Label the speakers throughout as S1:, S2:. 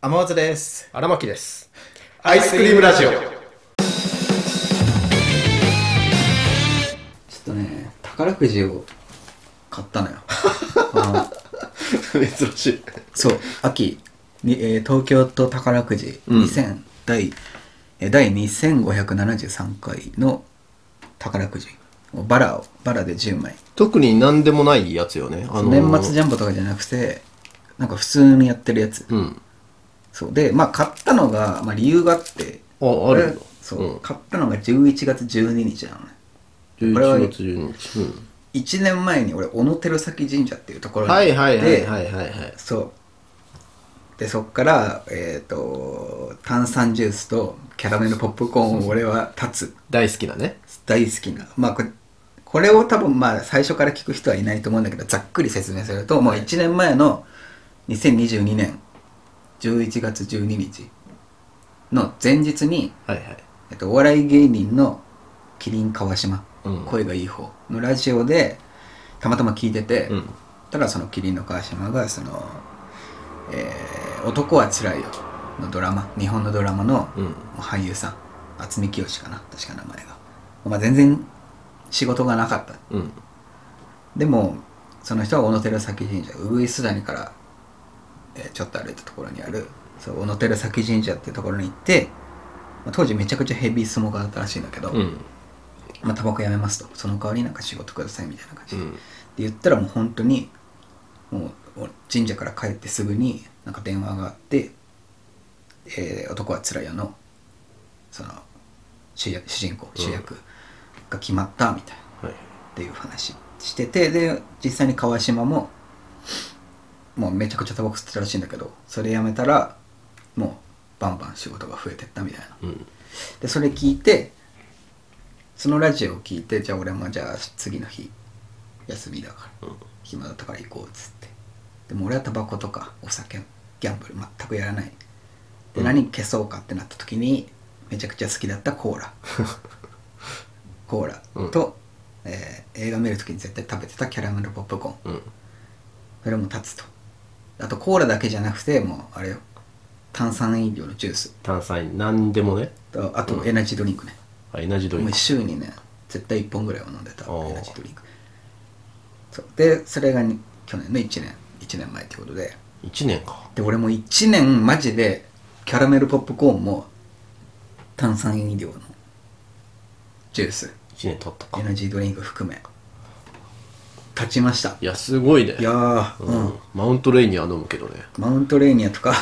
S1: 天松です
S2: 荒牧です
S1: アイスクリームラジオ
S3: ちょっとね、宝くじを買ったの よ。あの
S2: 珍しい
S3: そう、秋に、えー東京都宝くじ
S2: うん
S3: 2000、第えー第2573回の宝くじ。バラを、バラで10枚。
S2: 特に何でもないやつよね、あの
S3: 年末ジャンボとかじゃなくて、なんか普通にやってるやつ。
S2: うん
S3: そうで、まあ買ったのが、まあ理由があって、
S2: ああるんだ
S3: これそう、
S2: うん
S3: 買ったのが11月12日なのね。これは
S2: 11月12日、うん
S3: 1年前に俺、小野照崎神社っていうところに行っ
S2: は
S3: て、
S2: いはいはいはいはいはい
S3: そうでそっから、えっと炭酸ジュースとキャラメルポップコーンを俺は立つ
S2: 大好きなね
S3: 大好きなまあこれこれを多分まあ最初から聞く人はいないと思うんだけどざっくり説明するともう1年前の2022年11月12日の前日に、
S2: はいはい
S3: えっと、お笑い芸人の麒麟川島、
S2: うん
S3: 声がいい方のラジオでたまたま聞いてて、
S2: うん
S3: ただその麒麟の川島がその、えー男はつらいよ」のドラマ日本のドラマの
S2: うん
S3: 俳優さん渥美清かな確か名前が、まあ、全然仕事がなかった
S2: うん
S3: でもその人は小野照崎神社ウグイス谷から、えーちょっと歩いたところにあるそう小野照崎神社っていうところに行って、まあ当時めちゃくちゃヘビースモーカーだったらしいんだけど、
S2: うん
S3: まあ、タバコやめますとその代わりなんか仕事くださいみたいな感じ
S2: う
S3: で、
S2: ん
S3: で言ったらもう本当にもう神社から帰ってすぐになんか電話があって「えー男はつらいよの」その主役主人公主役が決まったみたいな、
S2: はい
S3: っていう話しててで実際に川島ももうめちゃくちゃタバコ吸ってたらしいんだけどそれやめたらもうバンバン仕事が増えてったみたいな
S2: うん
S3: でそれ聞いてそのラジオを聞いてじゃあ俺もじゃあ次の日休みだから、
S2: うん
S3: 暇だったから行こうっつってでも俺はタバコとかお酒ギャンブル全くやらないで、
S2: うん
S3: 何消そうかってなった時にめちゃくちゃ好きだったコー ラコーラと、えー映画見る時に絶対食べてたキャラメルポップコーン
S2: うん
S3: それも立つとあとコーラだけじゃなくてもうあれよ炭酸飲料のジュース
S2: 炭酸飲何でもね
S3: とあとエナジードリンクね、
S2: あエナジードリン
S3: もう
S2: ク
S3: 週にね絶対1本ぐらいは飲んでた
S2: おー
S3: エナジードリンクそうでそれがに去年の1年1年前ってことで
S2: 1年か
S3: で俺も1年マジでキャラメルポップコーンも炭酸飲料のジュース
S2: 1年経ったか
S3: エナジードリンク含め立ちました
S2: いやすごいね
S3: いやー
S2: う
S3: うんん
S2: マウントレーニア飲むけどね
S3: マウントレーニアとか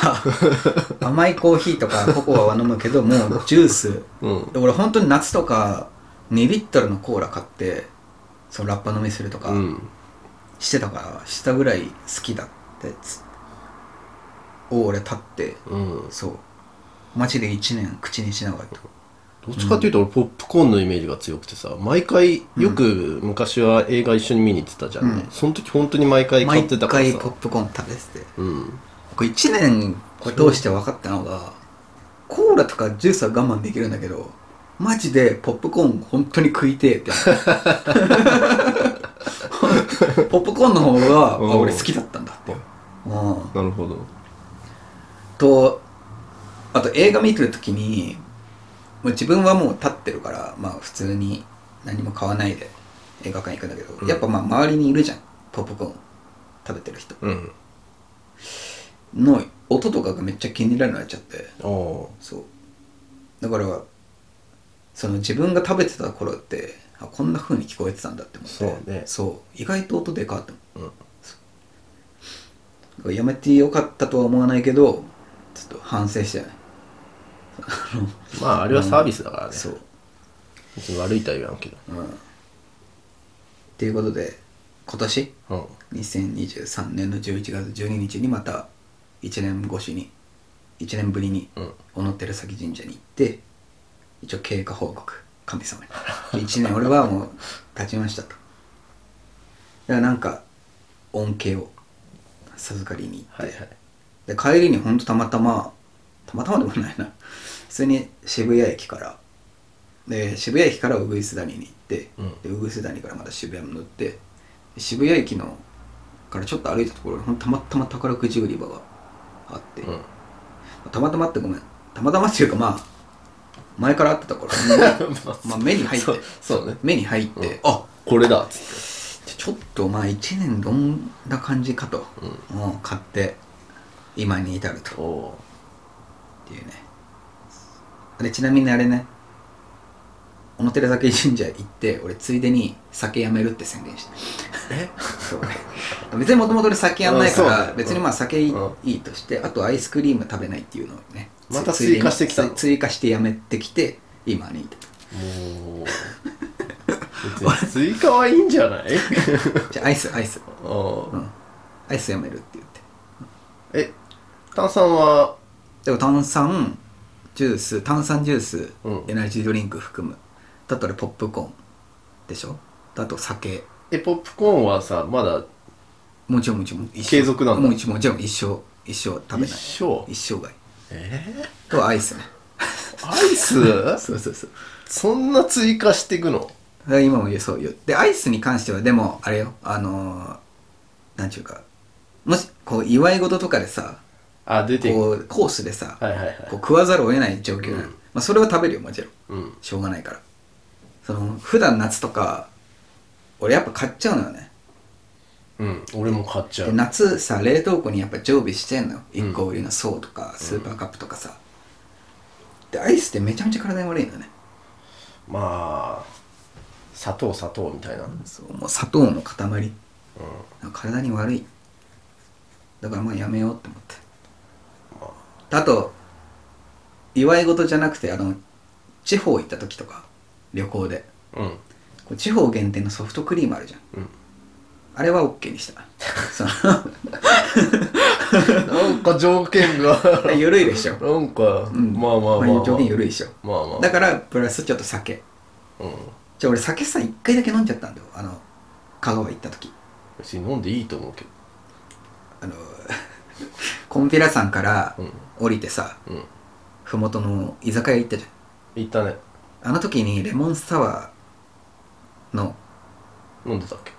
S3: 甘いコーヒーとかココアは飲むけどもうジュース
S2: うん
S3: で俺本当に夏とか2リットルのコーラ買ってそのラッパ飲みするとか
S2: うん
S3: してたから、したぐらい好きだってつを俺立って
S2: うん
S3: そうマジで1年口にしなかった
S2: どっちかっていうと俺ポップコーンのイメージが強くてさ毎回よく昔は映画一緒に見に行ってたじゃんね、
S3: うん
S2: その時本当に毎回買
S3: 毎
S2: ってたから
S3: 回
S2: さ
S3: ポップコーン食べてて
S2: うん
S3: これ1年これ通して分かったのがコーラとかジュースは我慢できるんだけどマジでポップコーン本当に食いてえって ポップコーンの方があ俺好きだったんだってうん
S2: なるほど
S3: とあと映画見てる時にもう自分はもう立ってるからまあ普通に何も買わないで映画館行くんだけど、
S2: うん
S3: やっぱまあ周りにいるじゃんポップコーン食べてる人
S2: うん
S3: の音とかがめっちゃ気になるようになっちゃって
S2: ああ
S3: そうだからその自分が食べてた頃ってあこんな風に聞こえてたんだって思って
S2: そうね
S3: そう意外と音でかって思う
S2: うん
S3: だからやめてよかったとは思わないけどちょっと反省してない
S2: まああれはサービスだからね、
S3: そう
S2: 別に悪いとは言わんけど
S3: うん。っていうことで今年
S2: うん
S3: 2023年の11月12日にまた1年越しに1年ぶりに
S2: うん
S3: 小野照崎神社に行って一応経過報告神様に1年俺はもう立ちましたとだからなんか恩恵を授かりに行
S2: は
S3: っ
S2: い
S3: て、
S2: はい
S3: で帰りにほんとたまたまたまたまでもないな普通に渋谷駅からで渋谷駅からウグイス谷に行って、
S2: うん
S3: でウグイス谷からまた渋谷に乗ってで渋谷駅のからちょっと歩いたところにほんとたまたま宝くじ売り場があって、
S2: うん
S3: たまたまってごめんたまたまっていうかまあ前からあってた から
S2: まあ
S3: まあ目に入って
S2: そうそうね
S3: 目に入って、
S2: うん
S3: あ
S2: これだっつっ
S3: ちょっとまあ1年どんな感じかと、もう買って今に至ると
S2: てお
S3: っていうねでちなみにあれね小野寺酒神社行って俺ついでに酒やめるって宣言した
S2: え
S3: そう別にもともと俺酒やんないか
S2: あそう
S3: ら
S2: ね
S3: 別にまあ酒いい,、
S2: うん
S3: としてあとアイスクリーム食べないっていうのをね
S2: また
S3: ついでに
S2: 追加してきたの
S3: つ追加してやめてきて今に至る
S2: もう 別に追加はいいんじゃない
S3: じゃあアイスアイス
S2: あー
S3: うんアイスやめるって言って
S2: え炭酸は
S3: でも炭酸ジュース炭酸ジュース、
S2: うん
S3: エナジードリンク含むだったらポップコーンでしょだと酒
S2: えポップコーンはさまだ
S3: もちろんもちろん一生
S2: 継続なんだ
S3: もちろんもちろん一生一生食べない
S2: 一生
S3: 一生がいい
S2: え
S3: とアイスね
S2: ー、アイス
S3: そうそうそう
S2: そんな追加していくの
S3: だから今も言うそう言うでアイスに関してはでもあれよあのー、なんちゅうかもしこう祝い事とかでさ
S2: あ出てくる
S3: こうコースでさ、
S2: はいはいはい
S3: こう食わざるを得ない状況なの、
S2: うん
S3: まあ、それは食べるよもちろん
S2: うん
S3: しょうがないからその普段夏とか俺やっぱ買っちゃうのよね
S2: うん俺も買っちゃ
S3: で
S2: う
S3: 夏さ冷凍庫にやっぱ常備してんのよ
S2: うん
S3: 1個売りの層とかスーパーカップとかさ、でアイスってめちゃめちゃ体に悪いのよね
S2: まあ砂糖砂糖みたいな
S3: そうもう砂糖の塊、なんか体に悪いだからまあやめようって思ってあと祝い事じゃなくてあの地方行った時とか旅行で
S2: うん
S3: こう地方限定のソフトクリームあるじゃん
S2: うん
S3: あれは OK にした。その
S2: なんか条件が
S3: 緩いでしょ。
S2: なんか、
S3: うん
S2: まあまあまあ、まあ、
S3: 条件緩いでしょ。
S2: まあまあ
S3: だから、プラスちょっと酒。
S2: うん
S3: じゃあ俺酒さ、一回だけ飲んじゃったんだよ。あの、香川行った時。
S2: 別に飲んでいいと思うけど
S3: あの、 コンピラ山から
S2: うん
S3: 降りてさ、
S2: うん
S3: ふもとの居酒屋行ったじ
S2: 行ったね
S3: ゃん。あの時にレモンサワーの、
S2: 飲んでたっけ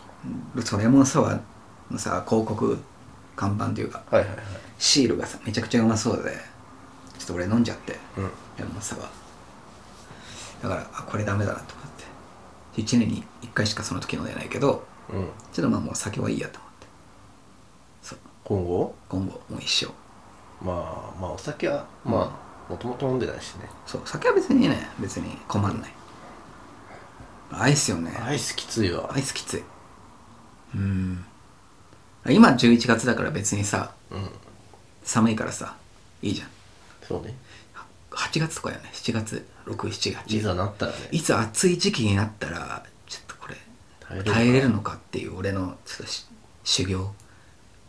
S3: そうレモンサワーのさ、広告、看板というか、
S2: はいはいはい
S3: シールがさ、めちゃくちゃうまそうで、ちょっと俺飲んじゃって。
S2: うん
S3: レモンサワーだからあこれダメだなと思って1年に1回しかその時飲んでないけど
S2: うん
S3: ちょっとまあもう酒はいいやと思ってそう
S2: 今後
S3: 今後もう一生
S2: まあまあお酒はまあもともと飲んでないしね
S3: そう酒は別にね別に困んないアイスよね
S2: アイスきついわ
S3: アイスきついうん今11月だから別にさ
S2: うん
S3: 寒いからさいいじゃん
S2: そうね
S3: 8月とかよね7月678
S2: いざなったらね
S3: いつ暑い時期になったらちょっとこれ
S2: 耐えれるか
S3: 耐えれるのかっていう俺のちょっとし修行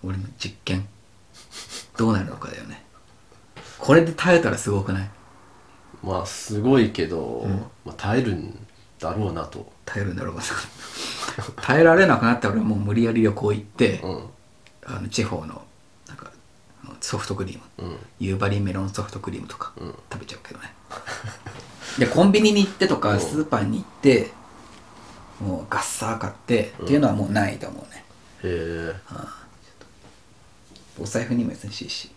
S3: 俺の実験どうなるのかだよねこれで耐えたらすごくない
S2: まあすごいけど、
S3: ん
S2: まあ、耐えるんだろうなと
S3: 耐えるんだろうな耐えられなくなったら俺はもう無理やり旅行行って、
S2: うん
S3: あの地方のなんかあのソフトクリーム
S2: うん
S3: 夕張メロンソフトクリームとか
S2: うん
S3: 食べちゃうけどねいやコンビニに行ってとかスーパーに行ってもうガッサー買ってっていうのはもうないと思うね、
S2: へえ
S3: お財布にも優しいし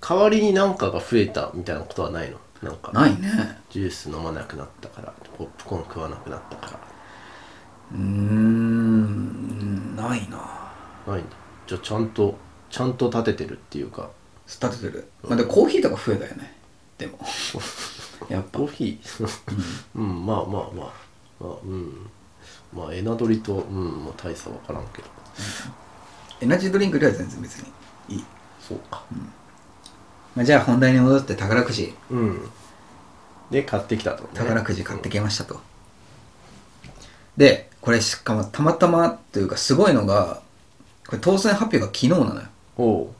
S2: 代わりになんかが増えたみたいなことはないのなんか
S3: ないね
S2: ジュース飲まなくなったからポップコーン食わなくなったか
S3: うーんないな
S2: らないんだじゃあちゃんとちゃんと立ててるっていうか
S3: 立ててるまあでもコーヒーとか増えたよねで もやっぱ
S2: コーヒーうんまあまあまあまあうんまあエナドリとうんもう大差分からんけど
S3: エナジードリンクよりは全然別にいい、
S2: そうか
S3: まあ、じゃあ本題に戻って宝くじ
S2: うんで買ってきたと、ね、
S3: 宝くじ買ってきましたと、でこれしかもたまたまというかすごいのがこれ当選発表が昨日なのよ
S2: おう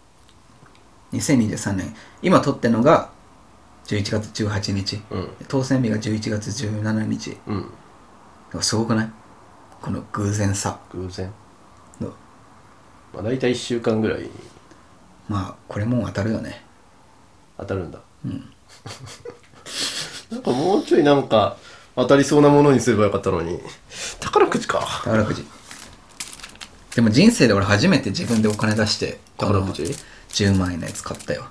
S3: 2023年今撮ってのが11月18日
S2: うん
S3: 当選日が11月17日
S2: うん
S3: すごくないこの偶然さ
S2: 偶然
S3: の
S2: まあ大体1週間ぐらいに
S3: まあこれもう当たるよね
S2: 当たるんだ
S3: うん
S2: なんかもうちょいなんか当たりそうなものにすればよかったのに宝くじか
S3: 宝くじでも人生で俺初めて自分でお金出して
S2: 宝くじ
S3: あの10万円のやつ買ったよ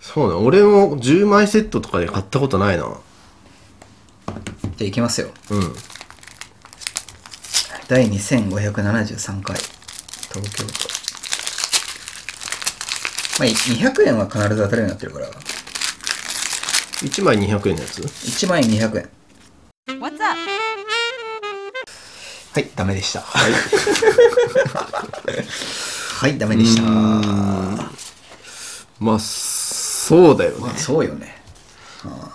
S2: そうだ俺も10枚セットとかで買ったことないな
S3: じゃあいきますよ
S2: うん
S3: 第2573回東京都まあい200円は必ず当たるようになってるから
S2: 1枚200円のやつ
S3: 1万円200円
S4: What's up?
S3: はいダメでしたはい はいダメでしたま
S2: まあそうだよね
S3: あそうよね、うんまあ、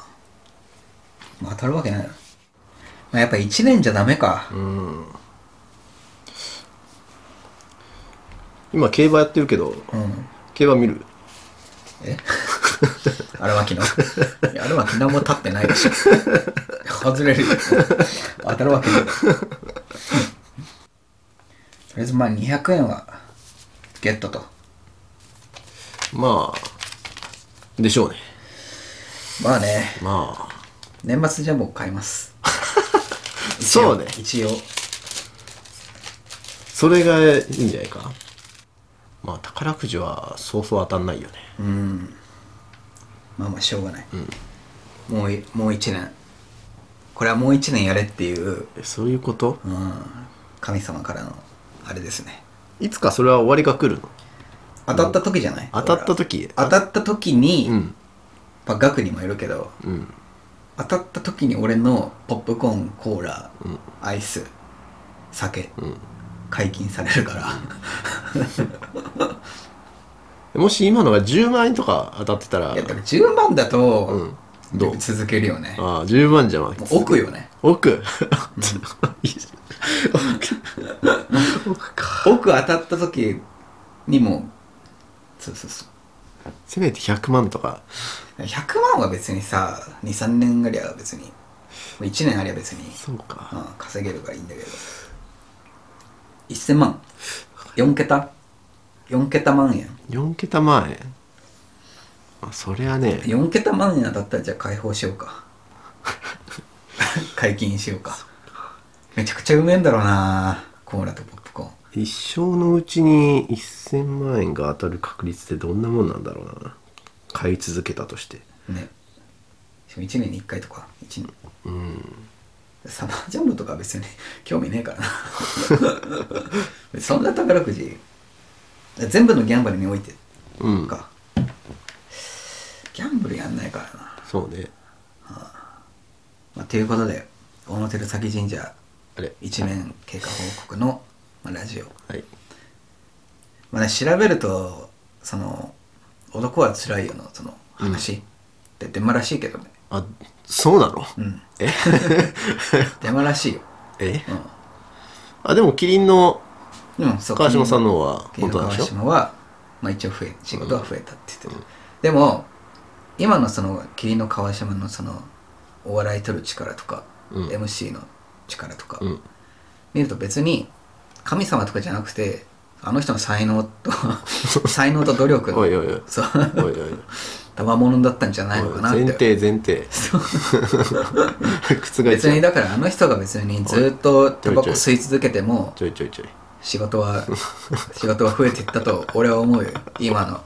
S3: 当たるわけないな、まあ、やっぱ1年じゃダメか、
S2: 今競馬やってるけど
S3: うん
S2: 競馬見る
S3: えあるわけ のいやあるわけ何も立ってないでしょ外れるよ当たるわけないとりあえずまあ200円はゲットと
S2: まあでしょうね
S3: まあね
S2: まあ
S3: 年末ジャンボ買います一応
S2: そうね
S3: 一応
S2: それがいいんじゃないかまあ宝くじはそうそう当たんないよね
S3: うんまあまあしょうがない、もういもう1年これはもう1年やれっていう、
S2: えそういうこと
S3: うん、神様からのあれですね
S2: いつかそれは終わりが来るの
S3: 当たった時じゃない
S2: 当たった時
S3: 当たった時に、
S2: うん
S3: まあ、額にもよるけど
S2: うん
S3: 当たった時に俺のポップコーンコーラ、
S2: うん
S3: アイス酒、
S2: うん
S3: 解禁されるから
S2: もし今のが10万円とか当たってたら
S3: いやでも10万だと、
S2: うんどう
S3: 続けるよね
S2: ああ10万じゃま
S3: もう奥よね
S2: 奥いいじ
S3: 奥当たった時にもそうそうそう
S2: ゃん せめて100万とか
S3: 100万は別にさ23年ありゃ別に1年ありゃ別に、
S2: そう
S3: う
S2: か
S3: ん、稼げるからいいんだけど1000万4桁4桁万円
S2: 4桁万円まあそれはね
S3: 4桁万円当たったらじゃあ解放しようか 解禁しようかめちゃくちゃうめえんだろうなコーラとポップコーン
S2: 一生のうちに1000万円が当たる確率ってどんなもんなんだろうな買い続けたとして
S3: ねしかも1年に1回とか1年サマージャンボとか別に 興味ねえからなそんな宝くじ全部のギャンブルにおいて
S2: うん
S3: か、ギャンブルやんないからな、
S2: そうね
S3: まあ、ということで大野照崎神社
S2: あれ
S3: 一面経過報告の、まあ、ラジオ
S2: はい
S3: まあね、調べるとその「男はつらいよの」その話、でデマらしいけどね
S2: あそうなの
S3: うん
S2: え
S3: デマらしいよ
S2: え
S3: うん
S2: あでもキリンの
S3: でもそう
S2: 川島さんの方は
S3: 金
S2: 本当なん
S3: 川
S2: でしょ
S3: 島は、まあ、一応増え仕事は増えたって言ってる、でも今のそのキリンの川島のそのお笑い取る力とか、
S2: うん
S3: MC の力とか、
S2: うん
S3: 見ると別に神様とかじゃなくてあの人の才能と才能と努力の
S2: おいおいおい
S3: そう
S2: おいおいおい
S3: 賜物だったんじゃないのかなって
S2: 前提前提
S3: そう
S2: 覆っち
S3: 別
S2: ゃ
S3: に
S2: う
S3: だからあの人が別にずっとタバコ吸い続けても
S2: ちょいちょいちょい
S3: 仕事は仕事は増えていったと俺は思うよ今の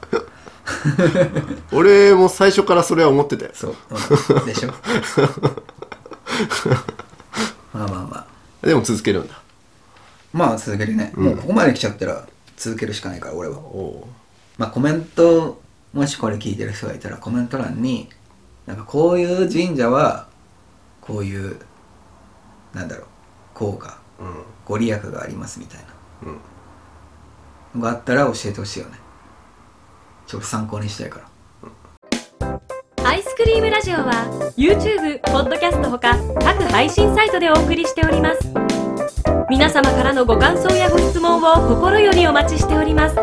S2: 俺も最初からそれは思ってたよ
S3: そう、うん、でしょまあまあまあ
S2: でも続けるんだ
S3: まあ続けるね、もうここまで来ちゃったら続けるしかないから俺は
S2: おお
S3: まあコメントもしこれ聞いてる人がいたらコメント欄になんかこういう神社はこういうなんだろう効果
S2: ううん
S3: ご利益がありますみたいな
S2: うん
S3: があったら教えてほしいよねちょっと参考にしたいから
S5: アイスクリームラジオは YouTube、ポッドキャストほか各配信サイトでお送りしております皆様からのご感想やご質問を心よりお待ちしております